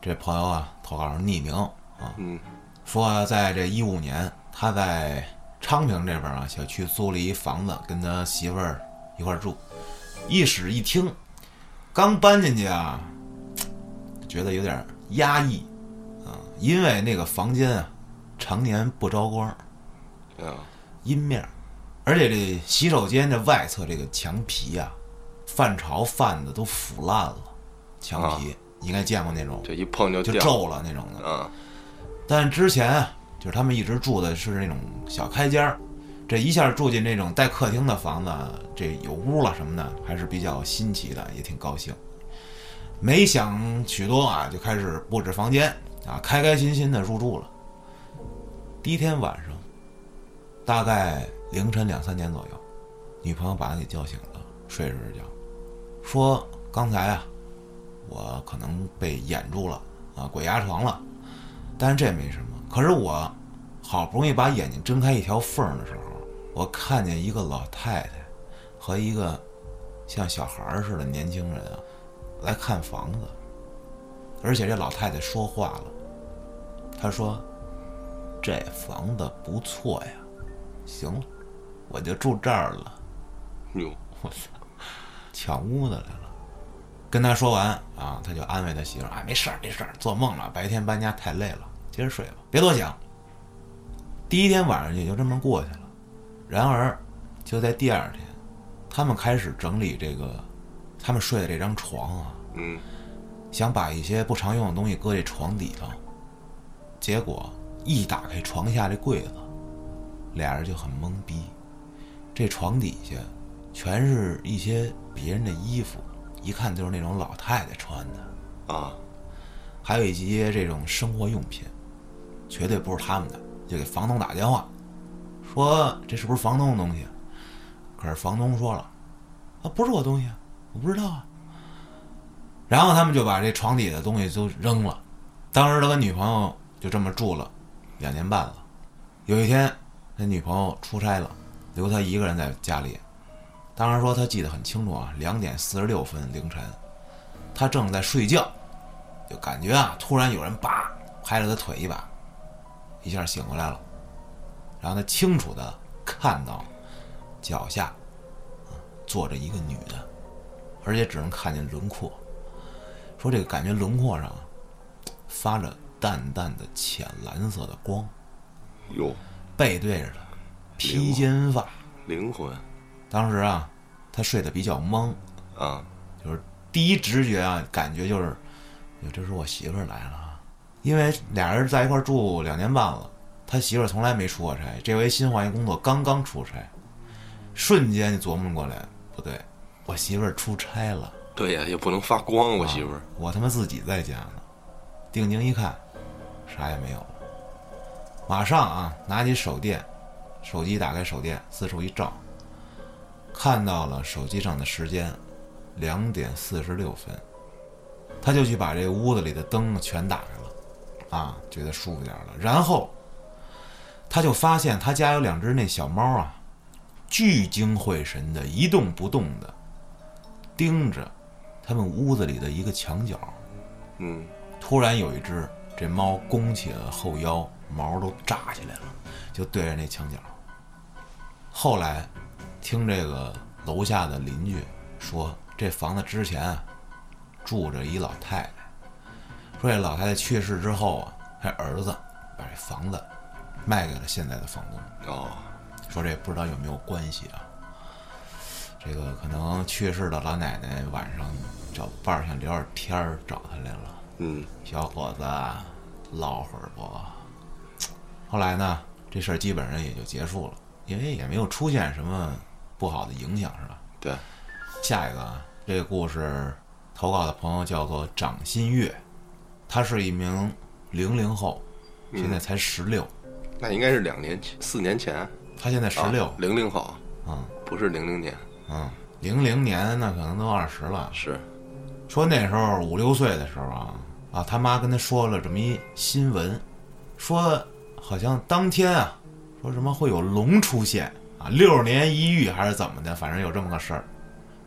Speaker 1: 这朋友啊投稿是匿名啊，
Speaker 2: 嗯，
Speaker 1: 说在这一五年，他在昌平这边啊小区租了一房子，跟他媳妇儿一块儿住，一室一厅，刚搬进去啊，觉得有点压抑啊，因为那个房间啊常年不着光，
Speaker 2: 啊，
Speaker 1: 阴面儿，而且这洗手间这外侧这个墙皮啊，泛潮泛的都腐烂了，墙皮、你应该见过那种
Speaker 2: 就一碰就
Speaker 1: 就
Speaker 2: 掉
Speaker 1: 皱了那种的。
Speaker 2: 啊，
Speaker 1: 但之前啊，就是他们一直住的是那种小开间儿，这一下住进那种带客厅的房子，这有屋了什么的，还是比较新奇的，也挺高兴。没想许多啊，就开始布置房间啊，开开心心的入住了。第一天晚上，大概凌晨两三点左右，女朋友把他给叫醒了，睡着睡觉，说刚才啊，我可能被掩住了啊，鬼压床了。但是这也没什么。可是我好不容易把眼睛睁开一条缝儿的时候，我看见一个老太太和一个像小孩儿似的年轻人啊，来看房子。而且这老太太说话了，她说：“这房子不错呀，行了，我就住这儿了。”
Speaker 2: 哟，
Speaker 1: 我操，抢屋子来了。跟他说完啊，他就安慰他媳妇儿啊，没事儿，没事儿，做梦了，白天搬家太累了，接着睡吧，别多想。第一天晚上也就这么过去了。然而，就在第二天，他们开始整理这个他们睡的这张床啊，
Speaker 2: 嗯，
Speaker 1: 想把一些不常用的东西搁这床底头。结果一打开床下这柜子，俩人就很懵逼，这床底下全是一些别人的衣服，一看就是那种老太太穿的，
Speaker 2: 啊，
Speaker 1: 还有一些这种生活用品，绝对不是他们的，就给房东打电话，说这是不是房东的东西？可是房东说了，啊，不是我东西，我不知道啊。然后他们就把这床底的东西都扔了。当时他跟女朋友就这么住了两年半了。有一天，那女朋友出差了，留他一个人在家里。当时说他记得很清楚啊，两点四十六分凌晨，他正在睡觉，就感觉啊，突然有人叭拍了他腿一把，一下醒过来了，然后他清楚的看到脚下啊坐着一个女的，而且只能看见轮廓，说这个感觉轮廓上啊发着淡淡的浅蓝色的光，
Speaker 2: 哟，
Speaker 1: 背对着他，披肩发。
Speaker 2: 灵魂
Speaker 1: 当时啊，他睡得比较懵，
Speaker 2: 啊，
Speaker 1: 就是第一直觉啊，感觉就是，哟，这是我媳妇儿来了啊，因为俩人在一块儿住两年半了，他媳妇儿从来没出过差，这回新换一工作，刚刚出差，瞬间就琢磨过来，不对，我媳妇儿出差了，
Speaker 2: 对呀，也不能发光，我媳妇儿，
Speaker 1: 我他妈自己在家呢，定睛一看，啥也没有了，马上啊，拿起手电，手机打开手电，四处一照，看到了手机上的时间，两点四十六分，他就去把这屋子里的灯全打开了，啊，觉得舒服点儿了，然后他就发现他家有两只那小猫啊，聚精会神的一动不动的盯着他们屋子里的一个墙角，
Speaker 2: 嗯，
Speaker 1: 突然有一只这猫弓起了后腰，毛都炸起来了，就对着那墙角。后来听这个楼下的邻居说，这房子之前啊住着一老太太，说这老太太去世之后啊，她儿子把这房子卖给了现在的房东。
Speaker 2: 哦，
Speaker 1: 说这不知道有没有关系啊？这个可能去世的老奶奶晚上找伴儿想聊会儿天儿，找他来了。
Speaker 2: 嗯，
Speaker 1: 小伙子，啊唠会儿不？后来呢，这事儿基本上也就结束了，因为也没有出现什么不好的影响，是吧？
Speaker 2: 对，
Speaker 1: 下一个啊，这个故事投稿的朋友叫做掌新月，他是一名零零后，现在才十六、
Speaker 2: 那应该是两年前、四年前，啊
Speaker 1: 他现在十六，
Speaker 2: 零零后，
Speaker 1: 嗯
Speaker 2: 不是零零年，
Speaker 1: 嗯，零零年那可能都二十了。
Speaker 2: 是
Speaker 1: 说那时候五六岁的时候啊啊，他妈跟他说了这么一新闻，说好像当天啊，说什么会有龙出现啊，六年一遇还是怎么的，反正有这么个事儿。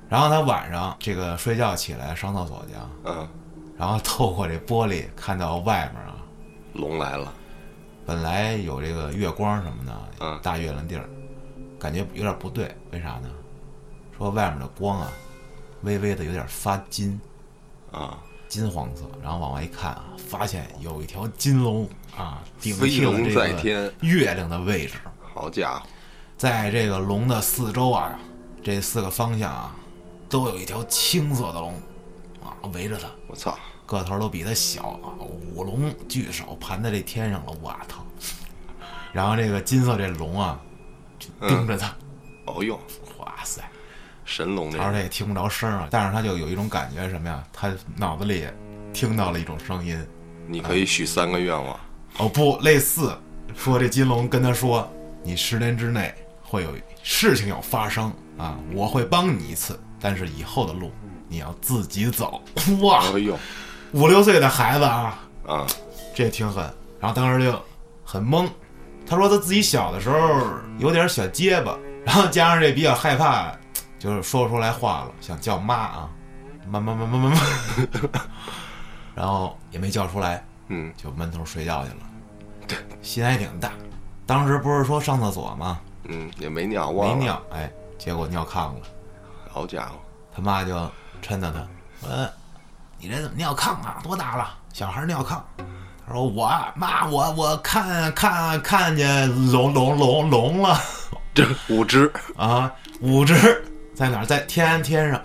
Speaker 1: 然后他晚上这个睡觉起来上厕所去啊，
Speaker 2: 嗯，
Speaker 1: 然后透过这玻璃看到外面啊，
Speaker 2: 龙来了，
Speaker 1: 本来有这个月光什么的，
Speaker 2: 嗯
Speaker 1: 大月亮地儿，感觉有点不对，为啥呢？说外面的光啊，微微的有点发金，
Speaker 2: 啊，
Speaker 1: 金黄色，然后往外一看啊，发现有一条金龙啊，顶
Speaker 2: 飞
Speaker 1: 替了
Speaker 2: 龙
Speaker 1: 这
Speaker 2: 在
Speaker 1: 个
Speaker 2: 天
Speaker 1: 月亮的位置，
Speaker 2: 好家伙，
Speaker 1: 在这个龙的四周啊，这四个方向啊，都有一条青色的龙啊围着它，
Speaker 2: 我操，
Speaker 1: 个头都比它小啊，五龙巨首盘在这天上了，我操！然后这个金色这龙啊，就
Speaker 2: 嗯
Speaker 1: 盯着它，
Speaker 2: 哦呦，
Speaker 1: 哇塞！
Speaker 2: 神龙
Speaker 1: 他说
Speaker 2: 那
Speaker 1: 他也听不着声儿啊，但是他就有一种感觉什么呀？他脑子里听到了一种声音，
Speaker 2: 你可以许三个愿望，
Speaker 1: 哦不，类似说这金龙跟他说，你十年之内会有事情要发生啊，我会帮你一次，但是以后的路你要自己走。哇，
Speaker 2: 哦呦，
Speaker 1: 五六岁的孩子啊，
Speaker 2: 啊，
Speaker 1: 这也挺狠。然后当时就很懵，他说他自己小的时候有点小结巴，然后加上这比较害怕，就是说不出来话了，想叫妈啊，妈妈妈妈妈妈， 然后也没叫出来，
Speaker 2: 嗯，
Speaker 1: 就闷头睡觉去了。对，心还挺大。当时不是说上厕所吗？
Speaker 2: 嗯，也没尿，
Speaker 1: 没
Speaker 2: 忘了，
Speaker 1: 尿，哎，结果尿炕了。
Speaker 2: 好家伙，
Speaker 1: 他妈就抻着他，嗯，你这怎么尿炕啊？多大了？小孩尿炕。他说我妈我我看看看见龙龙龙龙了
Speaker 2: 这五 只，
Speaker 1: 啊，五只在哪儿？在天安天上。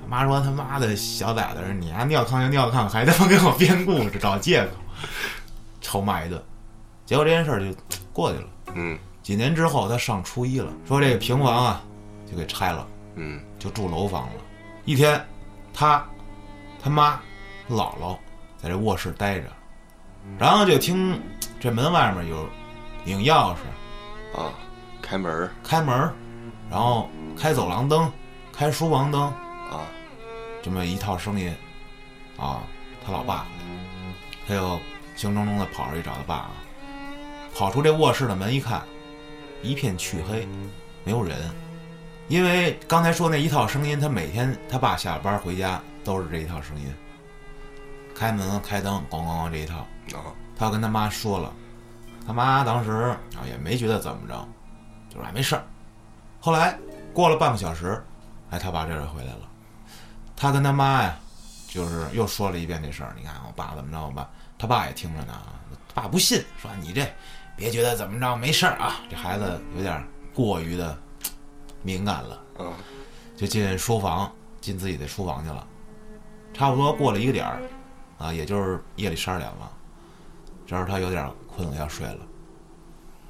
Speaker 1: 他妈说他妈的小崽子，你丫、尿炕就尿炕，还他妈给我编故事找借口，臭骂一顿。结果这件事儿就过去了。
Speaker 2: 嗯
Speaker 1: 几年之后，他上初一了，说这个平房啊就给拆了。
Speaker 2: 嗯，
Speaker 1: 就住楼房了。一天，他他妈姥姥在这卧室待着，然后就听这门外面有拧钥匙、
Speaker 2: 啊，开门儿
Speaker 1: 开门，然后开走廊灯、开书房灯
Speaker 2: 啊，
Speaker 1: 这么一套声音啊。他老爸，他又兴冲冲的跑出去找他爸啊，跑出这卧室的门一看，一片黢黑，没有人。因为刚才说那一套声音，他每天他爸下班回家都是这一套声音，开门、开灯、咣咣咣这一套。
Speaker 2: 啊，
Speaker 1: 他跟他妈说了，他妈当时啊也没觉得怎么着，就说哎没事儿。后来过了半个小时，哎，他爸这回回来了，他跟他妈呀，就是又说了一遍这事儿。你看我爸怎么着，我爸他爸也听着呢啊，他爸不信，说你这别觉得怎么着没事儿啊，这孩子有点过于的嘖敏感了。
Speaker 2: 嗯，
Speaker 1: 就进书房，进自己的书房去了。差不多过了一个点儿，啊，也就是夜里十二点了。这时候他有点困了，要睡了。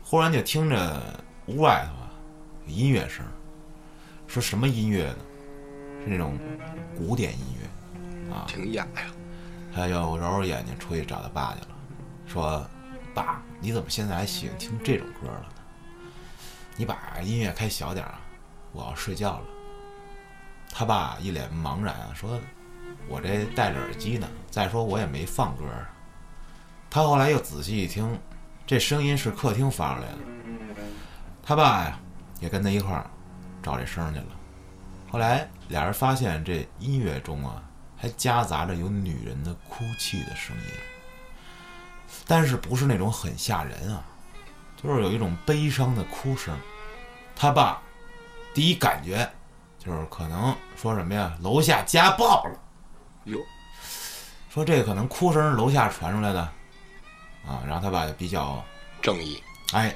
Speaker 1: 忽然就听着屋外头啊有音乐声，说什么音乐呢？是那种古典音乐。
Speaker 2: 挺哎雅呀，
Speaker 1: 他就揉揉眼睛出去找他爸去了，说：“爸，你怎么现在还喜欢听这种歌了呢？你把音乐开小点儿啊，我要睡觉了。”他爸一脸茫然啊，说：“我这戴着耳机呢，再说我也没放歌啊。”他后来又仔细一听，这声音是客厅发出来的。他爸呀，也跟他一块儿找这声儿去了。后来俩人发现这音乐中啊，还夹杂着有女人的哭泣的声音，但是不是那种很吓人啊，就是有一种悲伤的哭声。他爸第一感觉就是可能说什么呀，楼下家暴了，
Speaker 2: 哟，
Speaker 1: 说这可能哭声是楼下传出来的，啊，然后他爸就比较
Speaker 2: 正义，
Speaker 1: 哎，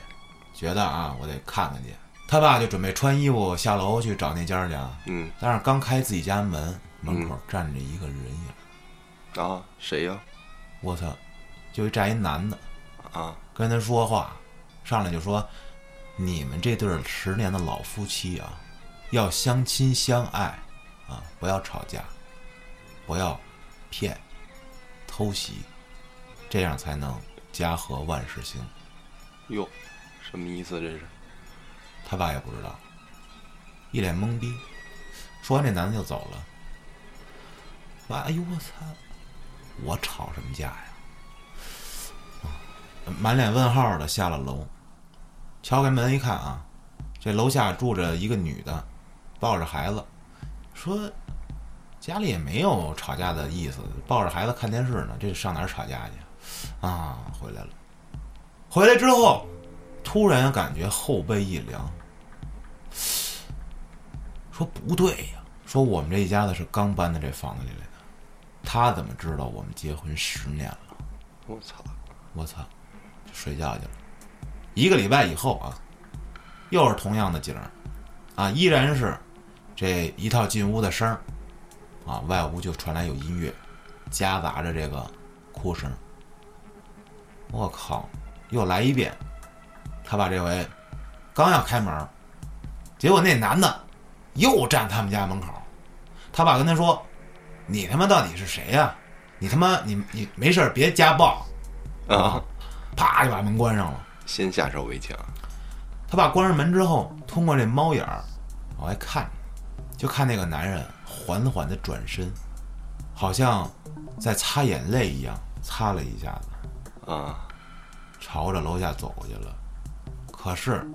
Speaker 1: 觉得啊，我得看看去。他爸就准备穿衣服下楼去找那家去啊，
Speaker 2: 嗯
Speaker 1: 但是刚开自己家门，门口站着一个人影，
Speaker 2: 啊，谁呀？
Speaker 1: 我操，就站一男的
Speaker 2: 啊，
Speaker 1: 跟他说话，上来就说：“你们这对儿十年的老夫妻啊，要相亲相爱啊，不要吵架，不要骗、偷袭，这样才能家和万事兴。”
Speaker 2: 哟，什么意思这是？
Speaker 1: 他爸也不知道，一脸懵逼。说完，这男的就走了。爸，哎呦我操！我吵什么架呀？啊满脸问号的下了楼，敲开门一看啊，这楼下住着一个女的，抱着孩子，说家里也没有吵架的意思，抱着孩子看电视呢，这上哪儿吵架去？啊，回来了。回来之后，突然感觉后背一凉，说不对呀、说我们这一家子是刚搬到这房子里来的，他怎么知道我们结婚十年了？
Speaker 2: 我操！
Speaker 1: 我操，就睡觉去了。一个礼拜以后啊，又是同样的景儿，啊，依然是这一套进屋的声儿，啊，外屋就传来有音乐，夹杂着这个哭声。我靠，又来一遍。他爸这回刚要开门儿，结果那男的又站他们家门口儿。他爸跟他说：“你他妈到底是谁呀、你他妈你你没事儿别家暴。”
Speaker 2: 啊，
Speaker 1: 啪就把门关上了。
Speaker 2: 先下手为强。
Speaker 1: 他爸关上门之后，通过这猫眼儿往外看，就看那个男人缓缓的转身，好像在擦眼泪一样，擦了一下子，
Speaker 2: 啊，
Speaker 1: 朝着楼下走过去了。可是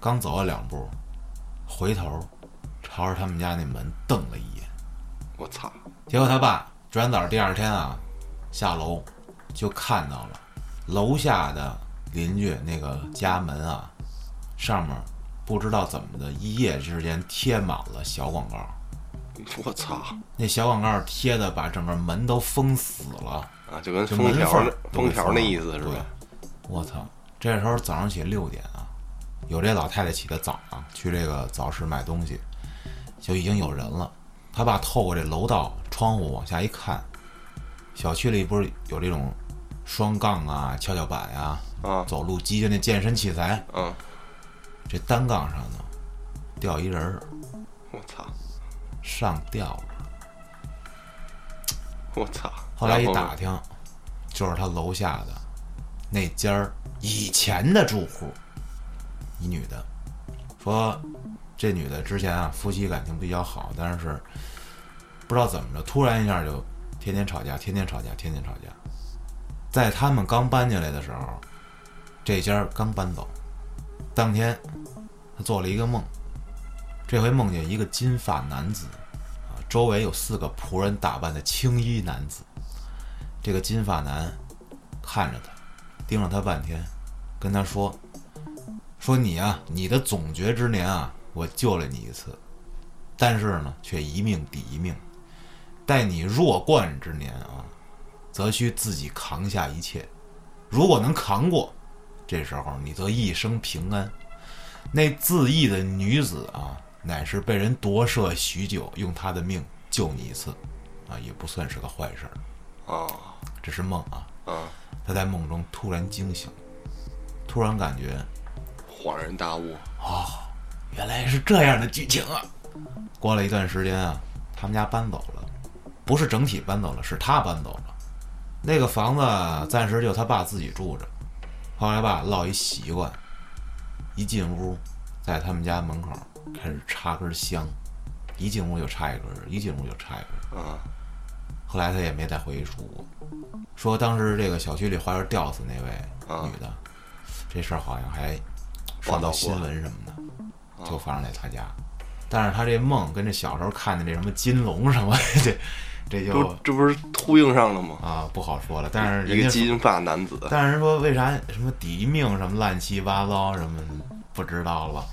Speaker 1: 刚走了两步，回头朝着他们家那门瞪了一眼。
Speaker 2: 我操！
Speaker 1: 结果他爸转早第二天啊，下楼就看到了楼下的邻居那个家门啊，上面不知道怎么的，一夜之间贴满了小广告。
Speaker 2: 我操！
Speaker 1: 那小广告贴的把整个门都封死了，
Speaker 2: 啊，就跟
Speaker 1: 就
Speaker 2: 封
Speaker 1: 门缝
Speaker 2: 条
Speaker 1: 儿
Speaker 2: 那
Speaker 1: 都
Speaker 2: 封
Speaker 1: 给
Speaker 2: 条
Speaker 1: 封
Speaker 2: 那
Speaker 1: 了
Speaker 2: 意思是吧？
Speaker 1: 我操！这时候早上起六点啊，有这老太太起得早啊，去这个早市买东西，就已经有人了。他爸透过这楼道窗户往下一看，小区里不是有这种双杠啊、跷跷板呀、
Speaker 2: 啊，
Speaker 1: 走路机就那健身器材，
Speaker 2: 嗯，
Speaker 1: 这单杠上呢掉一人儿
Speaker 2: 我操！
Speaker 1: 上吊了。
Speaker 2: 我操！
Speaker 1: 后来一
Speaker 2: 然
Speaker 1: 打
Speaker 2: 呢，
Speaker 1: 听，就是他楼下的那家儿以前的住户，一女的，说这女的之前啊夫妻感情比较好，但是不知道怎么着，突然一下就天天吵架，天天吵架，天天吵架。在他们刚搬进来的时候，这家儿刚搬走，当天他做了一个梦，这回梦见一个金发男子，啊，周围有四个仆人打扮的青衣男子。这个金发男看着他，盯着他半天，跟他说：“说你啊，你的总决之年啊，我救了你一次，但是呢，却一命抵一命。待你弱冠之年啊，则需自己扛下一切。如果能扛过，这时候你则一生平安。”那自缢的女子啊，乃是被人夺舍许久，用她的命救你一次，啊，也不算是个坏事儿。
Speaker 2: 啊
Speaker 1: 这是梦啊！
Speaker 2: 啊，
Speaker 1: 他在梦中突然惊醒，突然感觉
Speaker 2: 恍然大悟。
Speaker 1: 原来是这样的剧情啊！过了一段时间啊，他们家搬走了，不是整体搬走了，是他搬走了。那个房子暂时就他爸自己住着。后来吧，落一习惯，一进屋，在他们家门口开始插根香，一进屋就插一根，一进屋就插一根。
Speaker 2: 啊
Speaker 1: 后来他也没再回去住过。说当时这个小区里花园吊死那
Speaker 2: 啊
Speaker 1: 位女的，这事儿好像还上到新闻什么
Speaker 2: 啊
Speaker 1: 的，就发生在他家。但是他这梦跟这小时候看的这什么金龙什么，这这
Speaker 2: 这
Speaker 1: 就
Speaker 2: 这不是呼应上了吗？
Speaker 1: 啊不好说了。但是
Speaker 2: 一
Speaker 1: 人
Speaker 2: 个
Speaker 1: 家
Speaker 2: 金发男子，
Speaker 1: 但是说为啥什么抵命什么乱七八糟什么的不知道了，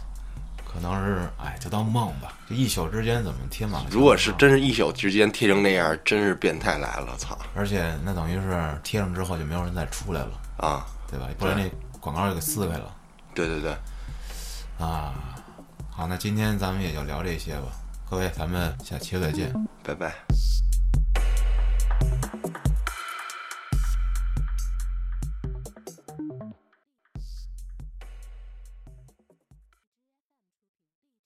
Speaker 1: 可能是哎就当梦吧。就一宿之间怎么天马行空啊？
Speaker 2: 如果是真是一宿之间贴成那样，真是变态来了！操
Speaker 1: 而且那等于是贴上之后就没有人再出来了。
Speaker 2: 啊！
Speaker 1: 对吧？不然那广告就给撕开了
Speaker 2: 对对对，
Speaker 1: 啊。好，那今天咱们也就聊这些吧，各位，咱们下期再见。
Speaker 2: 拜拜。